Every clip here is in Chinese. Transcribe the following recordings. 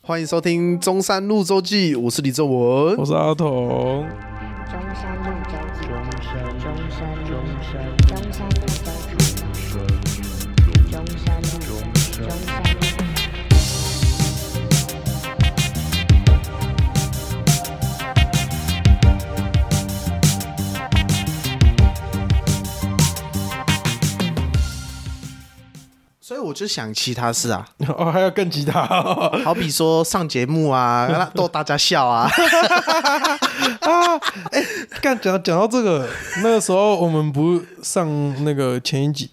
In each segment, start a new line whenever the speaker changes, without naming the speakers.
欢迎收听《中山路周记》，我是李正文
我。是阿童。
中山路周记，中山路，中山路周记，中山路，中山路。
所以我就想其他事啊，
哦，还有更吉他、哦、
好比说上节目 啊，让逗大家笑啊。
啊！哎、 干讲讲到这个，那个时候我们不是上那个前一集，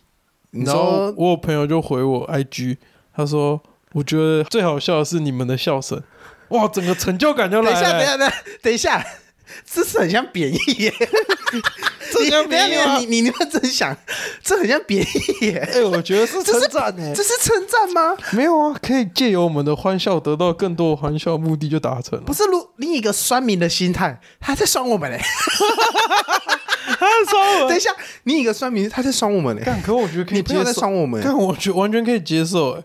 你
然后
说
我有朋友就回我 IG，他说我觉得最好笑的是你们的笑声， 哇，整个成就感就
等
来
一
了。
下，等一下，等一下，等一下，这是很像贬义耶！
这像贬义吗
你你你们真想，这很像贬 义耶！
哎、我觉得是
这
称
是
赞呢、
这是称赞吗？
没有啊，可以借由我们的欢笑得到更多的欢笑，目的就达成了
不。是，如另一个酸民的心态，他在酸我们嘞。 欸
他说
等一下，另一个酸民他在酸我们欸嘞。
干，可我觉得可以
你
接
朋
受。
友在酸我们
干，我欸觉得完全可以接受、哎，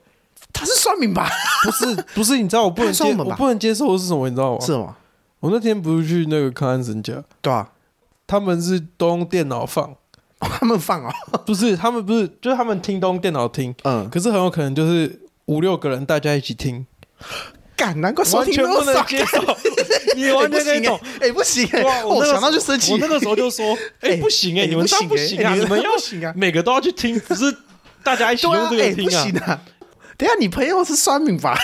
他是酸民吧？
不是不是，你知道我不能接，
他算我们吧
我不能接受的是啊什么？你知道吗？
是吗？
我那天不是去那个康安神家，
对啊，
他们是都用电脑放，
哦他们放哦，
不是他们不是，就是他们听都用电脑听，
嗯，
可是很有可能就是五六个人大家一起听，
干，难怪收
完
听
全
都
不
少
能。接受，你
哎
完全可以 懂
不。行哎，哎不行哎
哇！
我
那个
想到就生气。
我那个时候 就说，哎，不行哎，
哎
你们
不
这
行
样不
哎
行啊，
你
你
们
们要
不行啊
每个都要去听，不是大家一起
对啊
用，这
哎
个
不
听啊
行。啊！等一下你朋友是酸民 吧？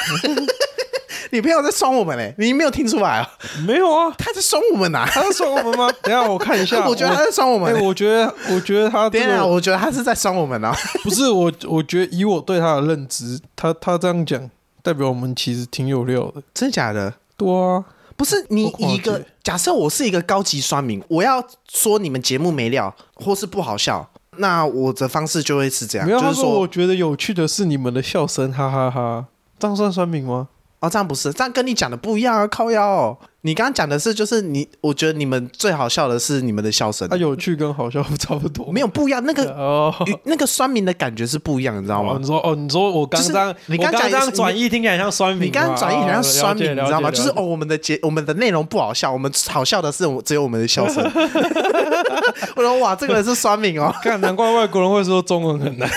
你朋友在酸我们嘞，你没有听出来啊？
没有啊，
他在酸我们呐！
他在说我们吗？等一下我看一 下，
我觉得他在酸我
哎，
们。
我啊觉得，我觉得他
等
这
一下，
个
我觉得他是在酸我们啊！
不是我，我觉得以我对他的认知，他他这样讲，代表我们其实挺有料的。
真假的？
对啊，
不是你
我狂
以一个
觉
假设，我是一个高级酸民，我要说你们节目没料或是不好笑，那我的方式就会是这样，
没有
就
他
是
说，
说
我觉得有趣的是你们的笑声，哈哈哈这样算酸民吗？
哦，这样不是，这样跟你讲的不一样啊，靠腰、哦。你刚刚讲的是，就是你，我觉得你们最好笑的是你们的笑声，
他啊有趣跟好笑差不多。
没有不一样，那个
哦，
与那个酸民的感觉是不一样，你知道
哦
吗
你？说哦，你说我刚
就是
刚
你
我
刚
刚
讲
这
也
样
是
转译听起来像酸民嘛，
你刚刚转译很像
哦
酸民，
了解
你知道吗？
了解
就是
了解
哦，我们的节我们的内容不好笑，我们好笑的是我只有我们的笑声。我说哇，这个人是酸民哦，
看难怪外国人会说中文 很难。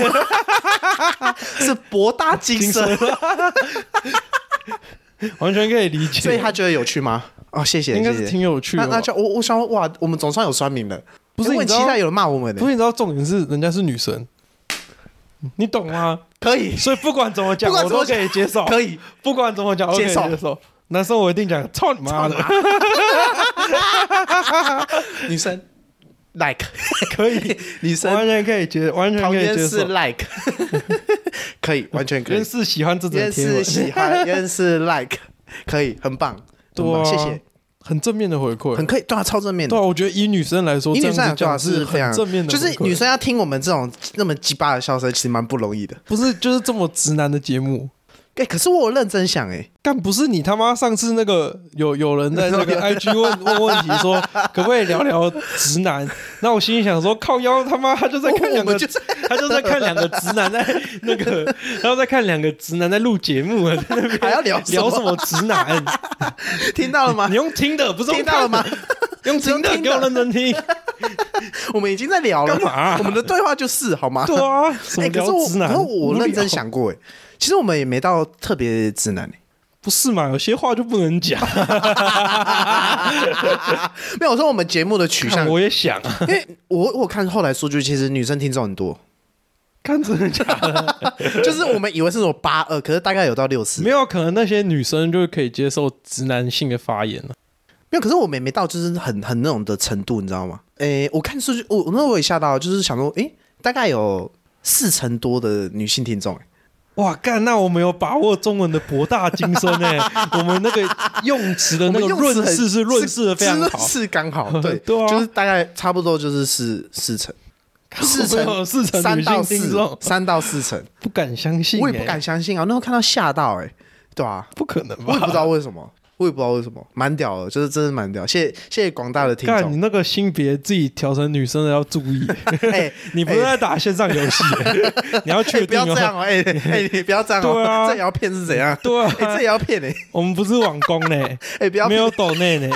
是博大精
精
深，
完全可以理解，
所以他觉得有趣吗？哦，谢谢，
应该
谢
是
谢
挺有趣
那
的吧。
那就我我想说哇，我们总算有酸民了，哎
不是
我很
你知道
期待有人骂我们
不
的，
是你知道重点是人家是女神，你懂吗？
可以
所以不管怎么讲，
不管
我
怎么
都
讲
可以接受。
可以，
不管怎么讲，
接受
我可以接受。男生我一定讲，操你妈的，
女生 like
可 以，
女生
完全可以接，完全
桃
可以
园
接
是
受。
like，可以完全可以
原。是喜欢这种
认
贴
识
文，
喜欢， 认识 like，可以，很棒，很
对
棒，
啊
谢谢，
很正面的回馈
很。可以，对啊，超正面
对
的。
啊，我觉得以女生来说，
以女生来
这
讲
样子
是
讲
非常
很正面的
就
回馈，
是女生要听我们这种那么鸡巴的笑声，其实蛮不容易的。
不是就是这么直男的节目。
哎、可是我有认真想、 哎，
但不是你他妈上次那个有有人在那 个 IG 问问问题说可不可以聊聊直男？那我心里想说靠腰他妈他就在看
哦我
两
们
个
就是
他就在看两个直男在那个，他就在看两个直男在录节目，啊在那边
还要聊什么
聊什么直男？
听到了吗
你？用听的不是用
听到了吗
看的？ 用听
只
的
用听的
给我认真听，
我们已经在聊了，
干嘛啊
我们的对话就是好吗？
对啊，什
哎、
么
可是
聊
我
直
可
男？
是我认真
无聊，
想过、哎，其实我们也没到特别直男、哎
不是嘛？有些话就不能讲，
没有，我说我们节目的取向，
我也想啊，
因为我我看后来数据，其实女生听众很 多，
看真的假的？
就是我们以为是那种八二，可是大概有到六四。
没有，可能那些女生就可以接受直男性的发言了。啊
没有，可是我们也没到就是很很那种的程度，你知道吗？诶，我看数据，我我那我也吓到，就是想说，诶，大概有四成多的女性听众，诶
哇，干！那我们有把握中文的博大精深 哎、我们那个用词的
我
那
们
个
用
润
词很
饰是润饰的非常
是
好
润，饰刚 好，对
对啊
就是大概差不多就是四四成，四
我们有
成
四成
三
女
到
性听
四
众，
三到四成，
不敢相信、欸，
我也不敢相信啊，那时候看到吓到，诶，对啊，
不可能
我也不
吧？
知道为什么，我也不知道为什么，蛮屌的，就是真的蛮屌。谢谢谢谢广大的听
看你
众。
那个性别自己调成女生的要注意，
哎，
你不是在打线上游戏，欸 你要确
哎，不
定
要这样
哦。
哦，哎哎，你不要这样
对啊
哦，这也要骗是怎样？
对啊
哎，这也要骗哎，
我们不是网工呢，
哎， 不要
没
骗
有欸抖内呢，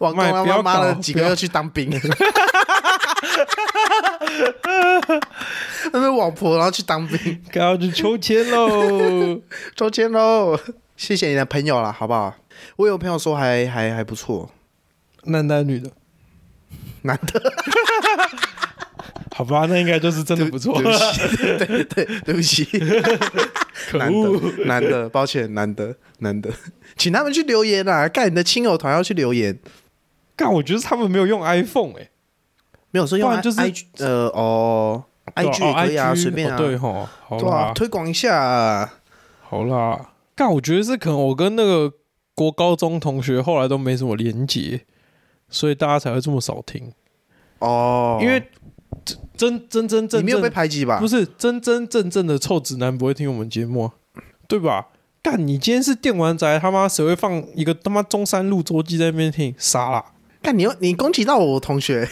网工
卖
他
不要
妈妈的
搞
几
不
个
要
要去当兵， 那是网婆，然后去当兵，
该要去抽签 喽。
抽签喽！谢谢你的朋友啦，好不好？我有朋友说还还还不错，
男的女的，
男
的。好吧，那应该就是真的不错
对。不起，对对对不起，
可
男
恶，
的男的，抱歉，男的男的， 请他们去留言啊！干你的亲友团要去留言，
但我觉得他们没有用 iPhone 哎、
没有说用
不然就是
I 呃哦
对啊
，IG 也可以啊，
哦
随便啊，
哦对吼，好
对啊
啦，，
推广一下啊。
好啦。但我觉得是可能我跟那个国高中同学后来都没什么连结，所以大家才会这么少听。
哦，
因为真真真
你
正
没有被
正
排挤吧
不？是真真正正的臭直男不会听我们节目、啊，对吧？干，你今天是电玩宅，他妈谁会放一个他妈中山路桌机在那边听？傻啦！
干你又你攻击到我同 学，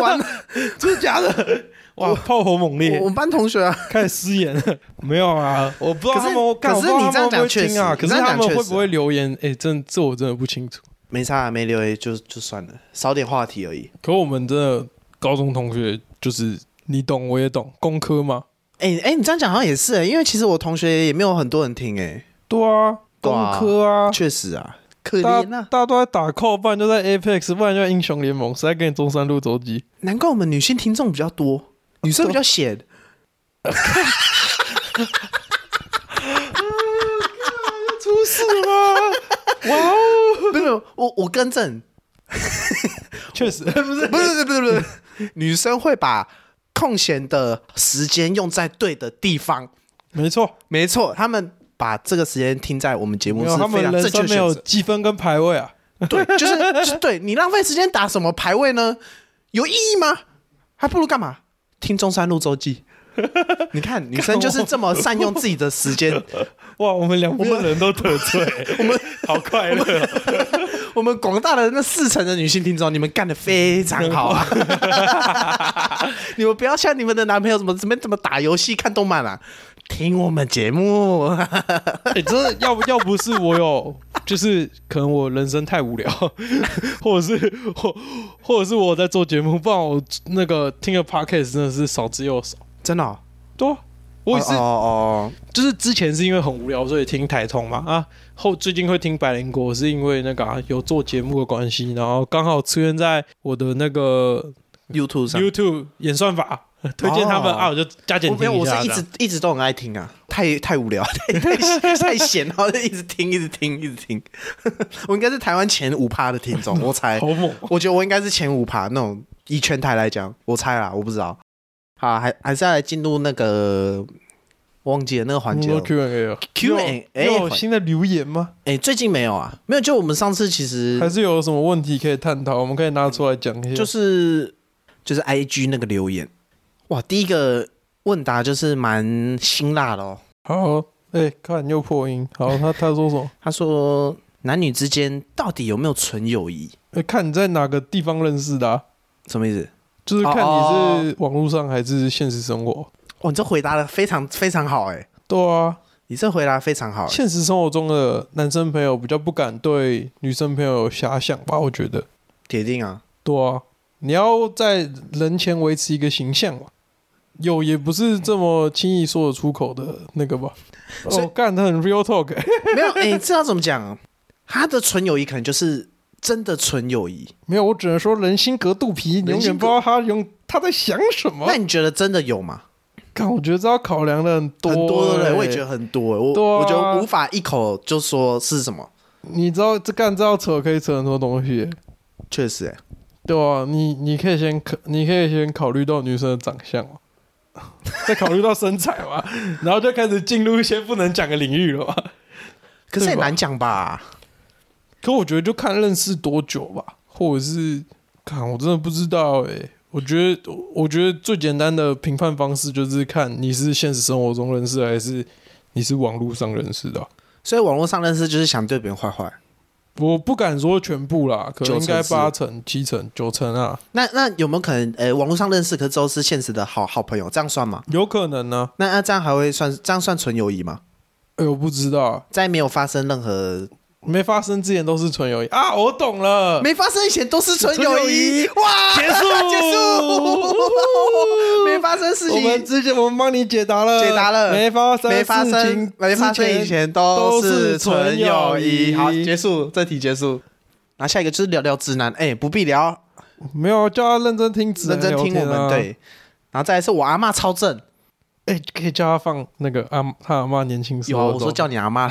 完了，真的假的？
哇，炮火猛
我我
烈，
们班同学啊，
开始失言了。没有啊，我不知道
可是
他们，干
可是
我不知道
你这样
他们
讲
会不会
确实
听啊，可
你这
是
样
他
讲
们
确
会
实
不会留言？哎，真这我真的不清楚。
没差、啊，没留言就就算了，少点话题而已。
可我们真的高中同学就是你懂我也懂，工科嘛，
哎、哎、你这样讲好像也是、欸，因为其实我同学也没有很多人听、欸，
对啊，
对
工
啊
科啊
哎，，确实啊，可
大
怜
家
呐、
大家都在打 call，不然就在 Apex，不然就在英雄联盟，谁在跟你中山路走机？
难怪我们女性听众比较多，女生比较闲。
出事了吗？ 哇哦，
没有，没有，我我更正，
确实不是
不是不是不是不是， 女生会把空闲的时间用在对的地方。
没错，
没错，他们把这个时间听在我们节目
没
是
有他
非
们
常
人
正确
生
的
没
选
有
择。
积分跟排位啊，
对，就是就是对你浪费时间打什么排位呢？有意义吗？还不如干嘛？听中山路周记。你看，女生就是这么善用自己的时间。
哇，我们两边人都得罪， 我们好快乐哦。
我们广大的那四成的女性听众，你们干得非常 好啊！你们不要像你们的男朋友怎么怎么怎么打游戏、看动漫啊，听我们节目。
欸，真的要不要不是我有，就是可能我人生太无聊， 或者是或或者是我在做节目，不然我那个听个 podcast 真的是少之又少。
真的、哦，
对啊、我也是
哦哦
就是之前是因为很无聊，所以听台通嘛啊，后最近会听百灵果，是因为那个、啊、有做节目的关系，然后刚好出现在我的那个
哦，YouTube 上，
YouTube 演算法推荐他们、
哦
啊，我就加减
我没有，
听一
我
下
是一
这样。
直一直都很爱听啊，太太无 聊，太太太闲，然后就一直听，一直听，一直听。 我应该是台湾前五趴的听众，我猜
好。猛，啊
我觉得我应该是前五趴那种，以全台来讲，我猜啦，我不知道。好，还还是要来进入那个忘记了那个环
嗯
节了。哦
Q&A 了
Q&A
哦有有新的留言吗？
哎、最近没有啊，没有。就我们上次其实
还是有什么问题可以探讨？我们可以拿出来讲一下。
就是就是 I G 那个留言，哇，第一个问答就是蛮辛辣的哦。
好，哎、看又破音。好，他他说什么？
他说男女之间到底有没有纯友谊？
哎、看你在哪个地方认识的、啊，
什么意思？
就是看
哦
你是网络上还是现实生活。
哇，你这回答的非常非常好哎、
对啊，
你这回答非常好、欸。
现实生活中的男生朋友比较不敢对女生朋友有遐想吧？我觉得，
铁定啊，
对啊，你要在人前维持一个形象嘛，有也不是这么轻易说得出口的那个吧？
所以
哦，干他很 real talk，、
没有哎、这要怎么讲、啊？他的纯友谊可能就是真的纯友谊。
没有，我只能说人心隔肚皮，你永
人心
远
隔
不知道他用他在想什么
那。你觉得真的有吗？
干，我觉得这要考量的很多、
很多的人，我也觉得
欸。
很多、欸，我、
对啊
我觉得无法一口就说是什么。
你知道这干这要扯可以扯很多东西、欸，
确实、欸，
对啊，你你可以先考，你可以先考虑到女生的长相嘛，再考虑到身材嘛，然后就开始进入一些不能讲的领域了嘛。
可是也
对吧
难讲吧？
可我觉得就看认识多久吧，或者是看我真的不知道诶、我觉得我觉得最简单的评判方式就是看你是现实生活中认识的还是你是网络上认识的啊、
所以网络上认识就是想对别人坏坏。
我不敢说全部啦，可能应该
九成是
八成、七成、九成啊，
那那有没有可能，呃，网络上认识，可是之后是现实的好好朋友，这样算吗？
有可能呢、
那那这样还会算这样算纯友谊吗？
哎、我不知道啊，
在没有发生任何
没发生之前都是纯友谊啊，我懂了，
没发生以前都是纯友谊
纯友谊，
哇，
结束
结束， 没发生事
我们
情，
之前我们帮你解答了，
解答了
没发生，
没发生，没发生以，前都是纯友谊。好，结束，这题结束。那下一个就是聊聊直男，哎、不必聊，
没有叫他认真听，只能
认真听我
聊天
们
啊。
对。然后再来是我阿嬷超正，
哎、可以叫他放那个阿他阿妈年轻时
有
候
啊，
的
我
照片。
说叫你阿嬷，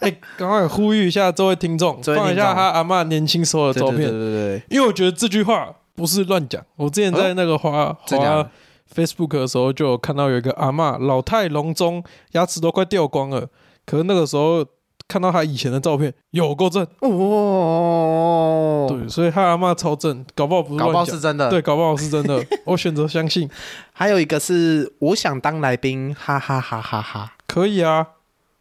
哎，赶快呼吁一下这位听众，
这位听众
放一下他阿嬷年轻时候的照片，
对对对对对，
因为我觉得这句话不是乱讲。我之前在那个花、
真假的
花 Facebook 的时候，就有看到有一个阿嬷老态龙钟，牙齿都快掉光了，可是那个时候看到她以前的照片，有够正，
哦，
对，所以她阿嬷超正，搞不好不是
搞不好
乱
是
讲。
真的。
对，，搞不好是真的，我选择 相信，
还有一个是我想当来宾，哈哈哈哈哈。
可以啊，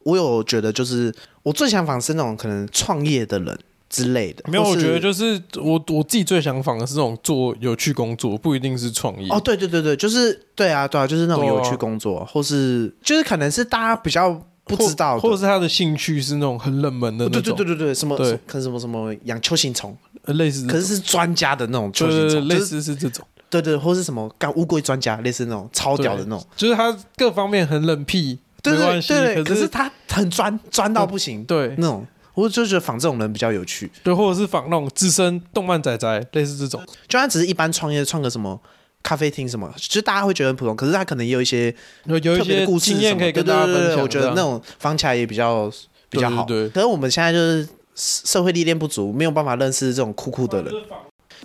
我有觉得就是我最想仿是那种可能创业的人之类的，
没有，
或
我
是
觉得就是我我自己最想仿的是那种做有趣工作，不一定是创业。
哦，对对对对，就是对啊对啊，就是那种
对啊
有趣工作，或是就是可能是大家比较不知道的，
或，或者是他的兴趣是那种很冷门的
哦
那
对
种，
对对对对，什么
对
可能什么什么养球形虫，
呃类似这
可
种，
是是专家的那种球
对
形
对对
虫，
类
就是
似是这种，
对对，或是什么干乌龟专家，类似那种超屌的那种，
就是他各方面很冷僻，
对
没
对
关系
对对，
可
可
是
是他很专专到不行，
对
那种，我就觉得仿这种人比较有趣。
对，或者是仿那种资深动漫仔仔，类似这种，
就他只是一般创业，创个什么咖啡厅什么，就大家会觉得很普通，可是他可能也有一些
有有一
特别
些
的故事什
经
么，
验可以跟
对
大家
对
分
对对
享。
我觉得
这样
那种放起来也比较比较好。
对对对
可是我们现在就是社会历练不足，没有办法认识这种酷酷的人。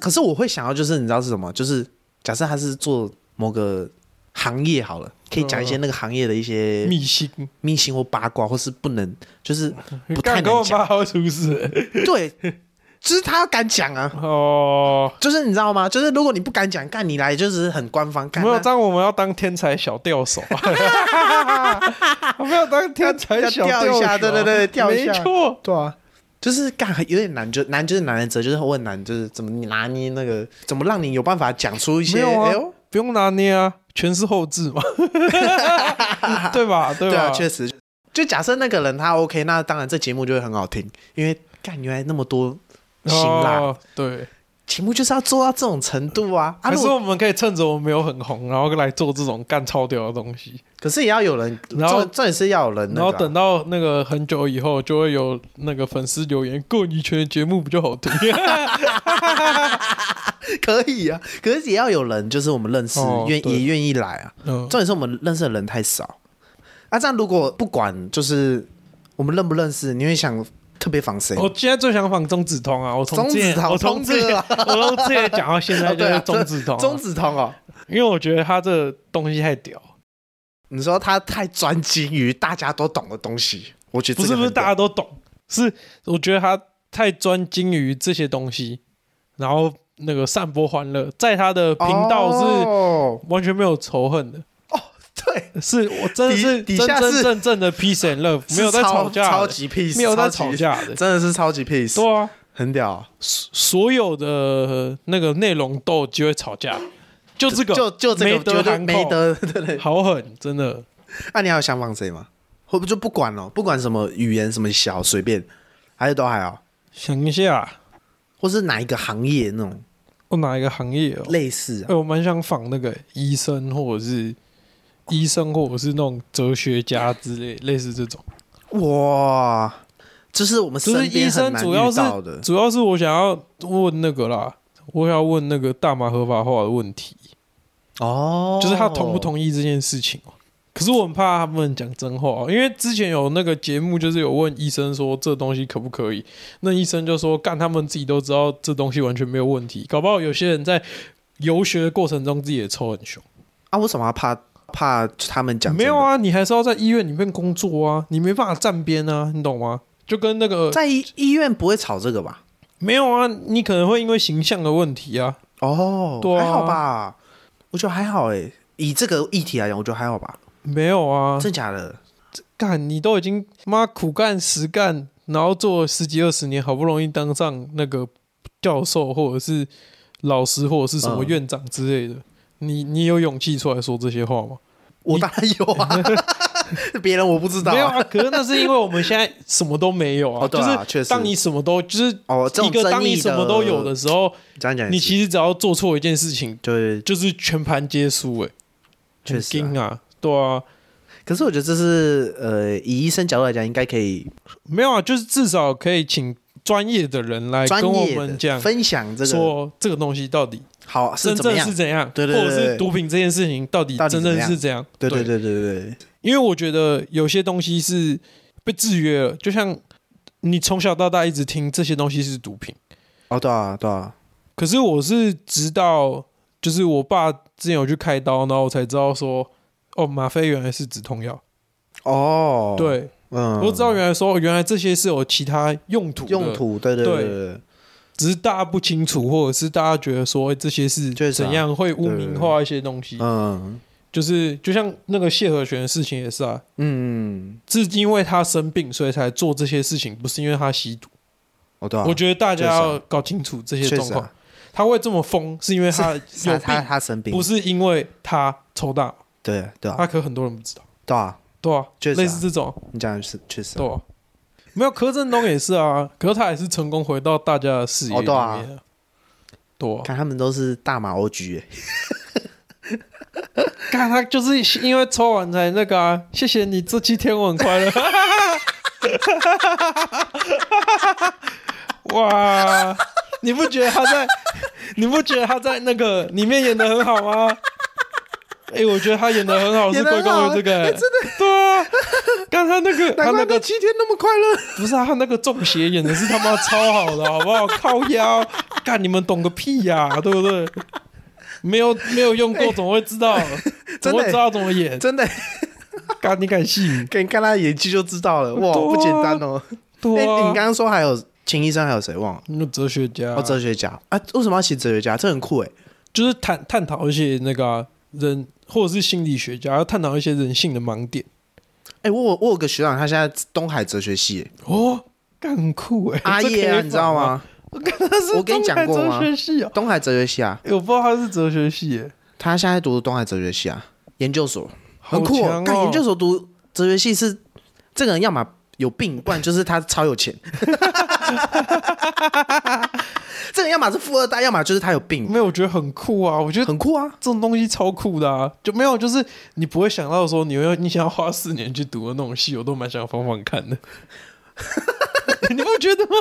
可是我会想要，就是你知道是什么？就是假设他是做某个行业好了，可以讲一些那个行业的一些
密信，
秘辛或八卦，或是不能，就是不太
干跟
能
我
讲。
妈会出 事
对， 就是他要敢讲啊。
哦。
就是你知道吗？就是如果你不敢讲，干你来就是很官方，干
没有，
那
这样我们要当天才小钓 手，我们要当天才小
要
手
钓一下对对对钓一下
没错，
对啊，就是干有点难，就难就是难的责，就是问难，就是怎么你拿捏那个，怎么让你有办法讲出一些，
没有啊
哎呦，
不用拿捏啊，全是 后置嘛，对吧？对
对
吧
啊，？确实，就假设那个人他 OK，那当然这节目就会很好听，因为干原来那么多辛辣，
哦，对。
节目就是要做到这种程度啊，啊，
还
如
是
果
我们可以趁着我们没有很红，然后来做这种干超屌的东西，
可是也要有人，
然后
重重点是要有人那个
然
啊、
后等到那个很久以后，就会有那个粉丝留言：“过女权的节目比较 好听。
可以啊，可是也要有人，就是我们认识，
哦
愿、
对
也愿意来啊。”
嗯，
重点是我们认识的人太少。啊，这样如果不管就是我们认不认识，你会想特别防谁？
我哦现在最想仿钟子通啊！我从
钟
之
子
前，
通
我从之
钟哥
前，
啊
我从之前讲到现在
哦
就
对啊
是钟子通啊，
钟子通哦，
因为我觉得他这个东西太屌，
你说他太专精于大家都懂的东西，我觉得
不
这
是
个
不是
很屌
大家都懂，是我觉得他太专精于这些东西，然后那个散播欢乐，在他的频道是
哦，
完全没有仇恨的。
对，
是我真的是
底
真
底下是
真正正的 peace and love，没有在
是超
吵架的，
超级 peace，
没有在
超
吵
级
架 的，
真的是超级 peace，
对啊，
很屌，
所有的呃那个内容都有机会吵架，就这个
就就这
没
个
得
就
喊口
没得， 对对。
好狠，真的
那你还有想防谁吗？会不会就不管了，不管什么语言什么小随便，还是都还好，
想一下，
或是哪一个行业那种
我哪一个行业哦？
类似啊
哎，我蛮想仿那个医生或者是。医生或者是那种哲学家之类，类似这种，
哇，就是我们身
就是医
边很
生
难
主要
遇
是
到的，
主要是我想要问那个啦，我想要问那个大麻合法化的问题。
哦
就是他同不？同意这件事情哦。可是我很怕他们讲真话哦，因为之前有那个节目，就是有问医生说这东西可不可以，那医生就说干，他们自己都知道这东西完全没有问题，搞不好有些人在游学的过程中自己也抽很凶。
啊，为什么要怕怕他们讲？
没有，啊，你还是要在医院里面工作啊，你没办法站边啊，你懂吗？就跟那个
在医医院不会吵这个吧？
没有啊，你可能会因为形象的问题啊，
哦，
对啊
还好吧，欸我觉得还好哎、以这个议题来讲，我觉得还好吧，
没有啊，
真假的？
干干你都已经妈苦干实干，然后做了十几二十年，好不容易当上那个教授或者是老师或者是什么
嗯
院长之类的，你你有勇气出来说这些话 吗？
我当然有 啊，别人我不知道、
没有
啊。
啊，可是那是因为我们现在什么都没有啊，
哦对啊
就
确
是
实
当你什么都就是
哦这种
一个
争议
当你什么都有的时候，
这样讲也
你
是
其实只要做错一件事情，
就是
就是全盘皆输哎、
确实啊、
惊啊，对啊，
可是我觉得这是呃，以医生角度来讲，应该可以
没有啊，就是至少可以请专业的人来
专
哎跟我
业
们
的
讲，
分享这个
说这个东西到底
好是
真
怎么
正
样
是？怎样，
对对对
或者
对
是
对
毒品这件事情到底
到底
真
怎么
正
样
是怎样？
对对对对对对，
因为我觉得有些东西是被制约了，就像你从小到大一直听这些东西是毒品，
哦对啊对啊，
可是我是直到就是我爸之前有去开刀，然后我才知道说，哦，吗啡原来是止痛药，
哦，，
对
嗯，
我知道原来说原来这些是有其他用途的，
用途，对对
对
对对，
只是大家不清楚，或者是大家觉得说、哎这些是
确实啊
怎样会污名化一些东西，
嗯
就是就像那个谢和弦的事情也是啊，
嗯，
是因为他生病所以才做这些事情，不是因为他吸毒。
哦对啊，
我觉得大
确
家
实啊
要搞清楚这些
确
状
实
况，
啊，
他会这么疯是因为他
是啊
有
他
病，
他生病，
不是因为他抽大麻，
对对啊
他可很多人不知道，
对啊，
对啊，
确实啊
类似这种，
你讲的是确实啊，
对啊。没有柯震东也是啊，可是他也是成功回到大家的视野
哦
里
对
面
啊
啊，对啊，
看他们都是大马 O G，欸
看他就是因为抽完才那个啊，谢谢你这七天我 很快乐。哇，你不觉得他在，你不觉得他在那个里面演的很好吗？哎、我觉得他演的很好，是
演得
归
很
功于
好
这个、
欸 真
的，对啊，刚他那个，他
难
那
怪
个
那七天那么快 乐，
不是啊，他那个中邪演的是他妈超好的，好不好？靠腰，干你们懂个屁呀、对不对？没有没有用过，怎么会知道？怎么会知道怎么演？
哎真的，
干你敢信？
可以看他演技就知道了，哇，
对啊
不简单哦。
对
哎，
啊，
你刚刚说还有秦医生还有谁忘了？
那哲学家，
哦，哲学家啊，为什么要写哲学家？这很酷哎，
就是探探讨一些那个啊、人，或者是心理学家，要探讨一些人性的盲点。
哎，我有我有个学长，他现在东海哲学系欸，
哦，干很酷哎、欸！
阿
这可以
叶啊，
仿
你知道？吗？
我跟他是
我跟你讲过
中
吗
海哲学系哦、
东海哲学系啊，
哎我不知道他是哲学系、欸，
他现在读东海哲学系啊，研究所
好
很酷
强哦
哦。干研究所读哲学系是这个人要么有病，不然就是他超有 钱。这个人要么是富二代，要么就是他有病，
没有，我觉得很酷啊！我觉得
很酷啊。
这种东西超酷的啊，就没有就是你不会想到说你会你想要花四年去读的那种戏，我都蛮想放放看 的，你不觉得吗？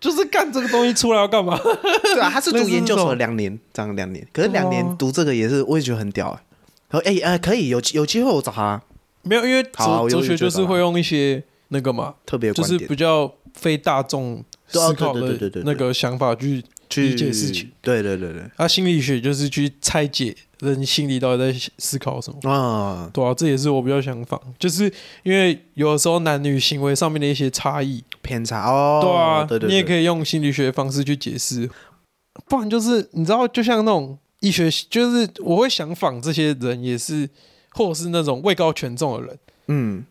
就是干这个东西出来要干嘛？
对啊，他是读研究
类似这
所
种
两年，这样两年，可是
对啊
两年读这个也是，我也觉得很屌哎。然后哎呃，可以有有机会我找他，
没有，因为
好啊
哲
我
哲
有
学就是
有觉得
会用一些那个嘛，
特别有
就
观
是
点
比较非大众
对啊
思考
对对对对
的
对
那个想法去
去
理解事情。。
对对对对，
啊，心理学就是去拆解人心里到底在思考什么。
啊，
对啊，这也是我比较想仿，就是因为有的时候男女行为上面的一些差异，
偏差哦，
对啊，
对对，
你也可
以，
以用心理学的方式去解释，不然就是你知道，就像那种医学，就是我会想仿这些人，也是或者是那种位高权重的人，
嗯，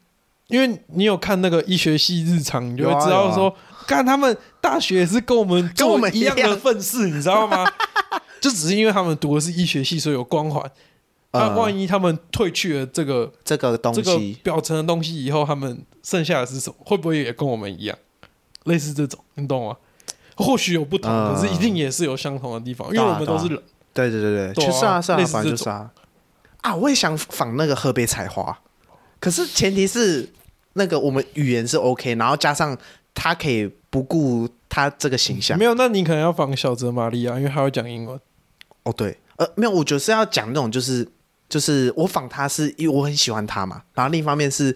因为你有看那个医学系日常，你就
有
会
啊
知道说，看、他们大学也是跟我们
跟我
做
们
一样
一
的
样
愤世，你知道吗？ 就只是因为他们读的是医学系，所以有光环。那、
呃
啊万一他们退去了这个
这个东
这个
西，
表层的东西以后，他们剩下的是什么？会不会也跟我们一样，类似这种？你懂吗？或许有不同，
嗯
可是一定也是有相同的地方，因为
对啊
我们都是人。
对对对对，
对啊
就是啊是啊
类，似
反正就是啊。啊，我也想仿那个河北采花，可是前提是那个我们语言是 OK，然后加上他可以不顾他这个形象。
没有，那你可能要仿小泽玛利亚，因为他会讲英文。
哦，对，呃，没有，我觉得是要讲那种就是就是我仿他是因为我很喜欢他嘛，然后另一方面是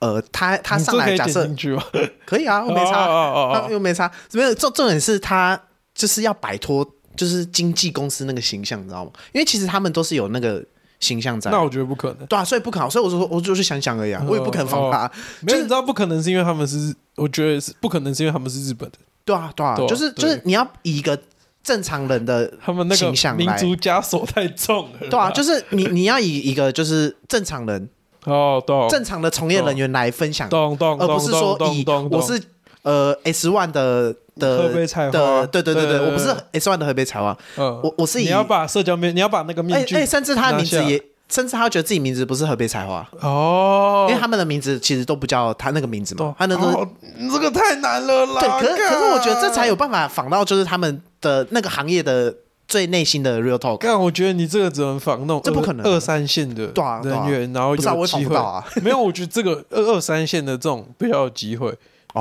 呃，他他上来
你这
假
可以剪
设
进去 吗？
可以啊，我没差，
哦哦
他
哦哦
又没差，没有重重点是他就是要摆脱就是经纪公司那个形象，你知道吗？因为其实他们都是有那个形象在的。
那我觉得不可能。
对啊，所以不可能，所以我就说，我就是想想而
嗯
已啊，我也不肯防他。
没有，你知道不可能是因为他们是，我觉得是不可能是因为他们是日本的，
对啊，对啊，
对啊
就是
对
就是你要以一个正常人的，啊
他们那个
倾向
民
来
族枷锁太重了啦。
对啊，就是你你要以一个就是正常人
哦，懂，
正常的从业人员来分享，
懂懂，
而不是说以我是呃 S one 的的
河北菜花
的，对对对
对
对，
对对
我不是 S one 的河北菜花，
我
我我是以
嗯你要把社交面，你要把那个面
哎
具
哎，甚至他的名字
拿下
也，甚至他觉得自己名字不是河北菜花，
哦，
因为他们的名字其实都不叫他那个名字嘛
懂，
他那都是
哦这个太难了啦。
对，可是可是我觉得这才有
办
办法仿到就是他们的那个行业的最内心的 real talk，
干，我觉得你这个只能仿那种
这不
二
可能
二三线的
对啊对啊
人员，然后有
不是啊，我也仿
机
不
会
到。啊，
没有，我觉得这个二二三线的这种比较有机会。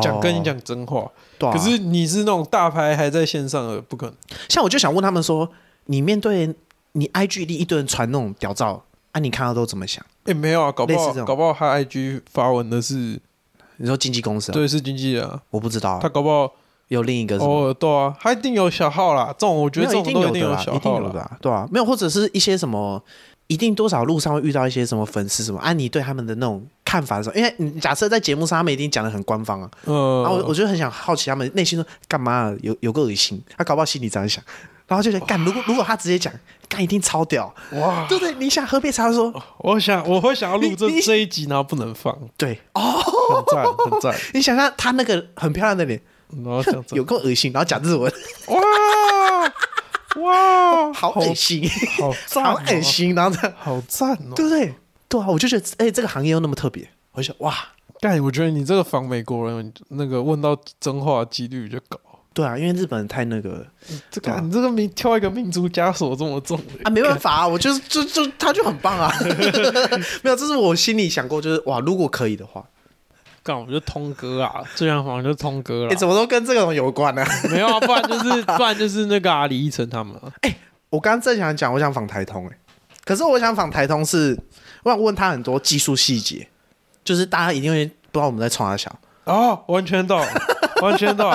讲跟你
哦，
讲真话，
对啊
可是你是那种大牌还在线上的，不可能。
像我就想问他们说，你面对你 IG 里一堆人传那种屌照，啊，你看到都怎么想？
哎，没有啊，搞不
类
好
似这种
搞不好他 IG 发文的是
你说经纪公司、啊？
对是经纪人啊，
我不知道
他，搞不好
有另一个是吗？
偶尔对啊，他一定有小号啦。这种我觉得这
没有
种都
一定有的啦
小
一定
号
有的
啦。
啦，对啊，没有或者是一些什么，一定多少路上会遇到一些什么粉丝什么，啊，你对他们的那种看法是什么？因为你假设在节目上，他们一定讲的很官方啊，
嗯，
然后我我就很想好奇他们内心说干嘛有有个恶心，他搞不好心里这样想，然后就觉得干如果如果他直接讲干一定超屌，
哇，哦
对不对？你想喝杯茶说
我想我会想要录
你
这
你
这一集，然后不能放，
对，哦
很赞很赞，
你想象他那个很漂亮的脸，
然后这样子
有够恶心，然后讲日文，
哇哇，
好恶心，
好 赞
好
哦
恶，心，然后这样
好赞哦！
对不对？对啊，我就觉得哎、这个行业又那么特别，我就想哇，
但我觉得你这个仿美国人，那个问到真话的几率就高。
对啊，因为日本人太那个了
这
对
个
啊
你这个民挑一个民族枷锁这么重的
啊，没办法啊，我就是就就他就很棒 啊，没有，这是我心里想过，就是哇，如果可以的话，
干我就通哥啊，最想仿就是通哥
哎、
啦。
怎么都跟这种有关呢、
没有啊，不然 就是不然就是那个啊李依晨他们啊。
我刚刚正想讲，我想访台通哎、可是我想访台通是，我想问他很多技术细节，就是大家一定会不知道我们在冲他小，
哦，完全 懂，完全懂。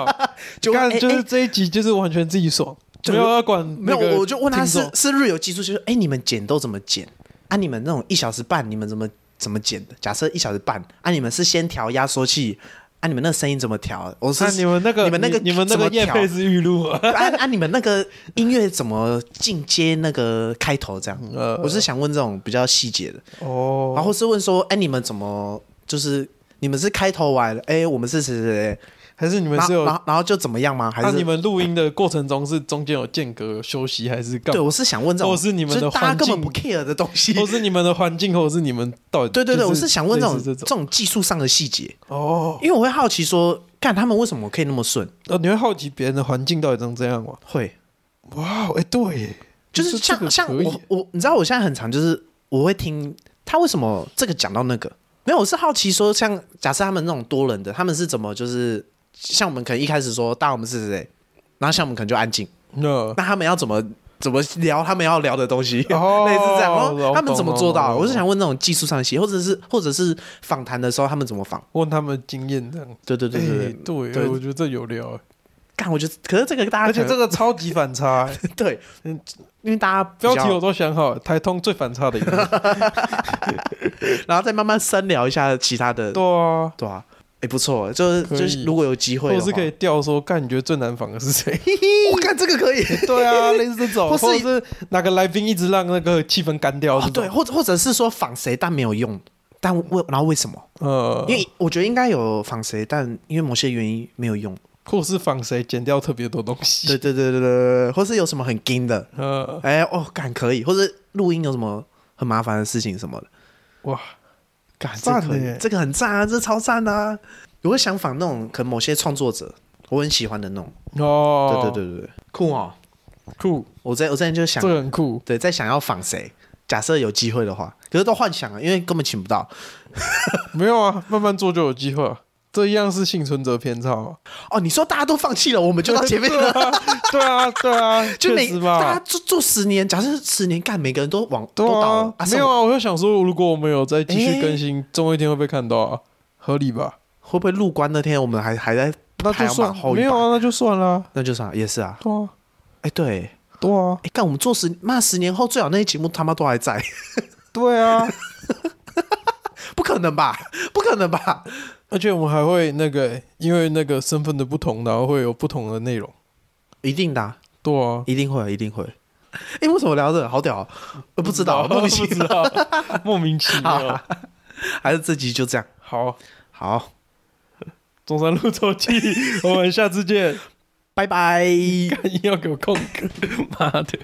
就
干
哎
就是
哎
这一集就是完全自己爽，
就
没有要管
没有，
那个
我我就问他
听
是
众
是日有技术，就是哎、你们剪都怎么剪啊？你们那种一小时半，你们怎么怎么剪的？假设一小时半啊，你们是先调压缩器啊？你们那声音怎么调？我是、
那啊 你们那个
你们那个
你们那
怎
个
么
叶
调
配是预录 啊？
按按你们那个音乐怎么进阶那个开头这样？
呃
我是想问这种比较细节的，
哦，
然后是问说，哎、你们怎么就是你们是开头玩，哎、我们是谁谁谁，
还是你们
然
是
后
有
然后然后就怎么样吗？还
那
是
你们录音的过程中是中间有间隔有休息，还是干
对
嘛？
我是想问这种，
或是你们的
就是大家
环
根
境
本不 care 的东西。
或是你们的环境，或是你们到底？
对对对，
就
我是想问这种
类似
这
这
种技术上的细节，
哦，
因为我会好奇说，干他们为什么可以那么顺？
哦，你会好奇别人的环境到底长这样吗？
会
哇，哎，对耶，
就是
你
像、
说这个
像
可以
我我，你知道我现在很常就是我会听他为什么这个讲到那个，没有，我是好奇说，像假设他们那种多人的，他们是怎么就是像我们可能一开始说大我们是谁谁，然后像我们可能就安静，
那
那他们要怎么怎么聊他们要聊的东西，
哦
类似这样，然
懂
后他们怎么做
懂
到？
懂
我是想问那种技术上的细节，或者是或者是访谈的时候他们怎么访？
问他们经验这样。
对对对对
哎
对，
对，
对
哎我觉得这有聊耶，
干，我觉得可是这个大家
而且
可
这
能
个超级反 差耶，
对，
嗯
因为大家比
标
较
题我都想好了，台通最反差 的一个。
然后再慢慢深聊一下其他的，
对啊，
对啊，哎，不错，就是
可以
就是如果有机会
或
的
者
话，
是可以调说，干你觉得最难仿的是谁？
我看这个可以。
对啊，类似这种，
或
或
是
者是哪个来宾一直让那个气氛干掉
哦
这，种。
对，或者或者是说仿谁但没有用，但为然后为什么？
呃，
因为我觉得应该有仿谁，但因为某些原因没有用。
或是仿谁减掉特别多东西。
对对对对对对，或是有什么很惊的，
呃，
哎哦，敢可以，或者录音有什么很麻烦的事情什么的，
哇，
敢这
赞欸
可以
耶
这个很赞啊，这超赞啊！我会想仿那种可能某些创作者我很喜欢的那种，
哦，
对对对对对，酷哦！
对，酷，
我在我之前就想
这，个很酷。
对，在想要仿谁，假设有机会的话，可是都幻想了，因为根本请不到。
没有啊，慢慢做就有机会啊。这一样是幸存者偏差嘛？
哦，你说大家都放弃了，我们就到前面了，
对啊，对啊，
就
确
每
实
大家
吧。
做做十年，假设十年干，每个人都往
对
都倒
啊
了，，
没有
啊，
啊，我就想说，如果我们有再继续
诶
更新，总有一天会被看到啊，合理吧？
会不会入关那天我们还还在
那
排
就
行榜
算
后一
没有
榜？
啊，那就算啦。
那就算了也是啊，
对啊，
哎对，
对啊，
哎干我们做十妈十年后最好那些节目他妈都还在，
对啊。
不可能吧？ 不可能吧？
而且我们还会那个欸，因为那个身份的不同，然后会有不同的内容。
一定的啊、
对啊，
一定会，一定会。啊 哎、为什么聊这个？好屌哦、我不知道，莫名其
不知道，莫名其妙。
还是这集就这样。
好，
好，
中山路周记，我们下 次见。
拜拜。
硬要给我空格，妈的！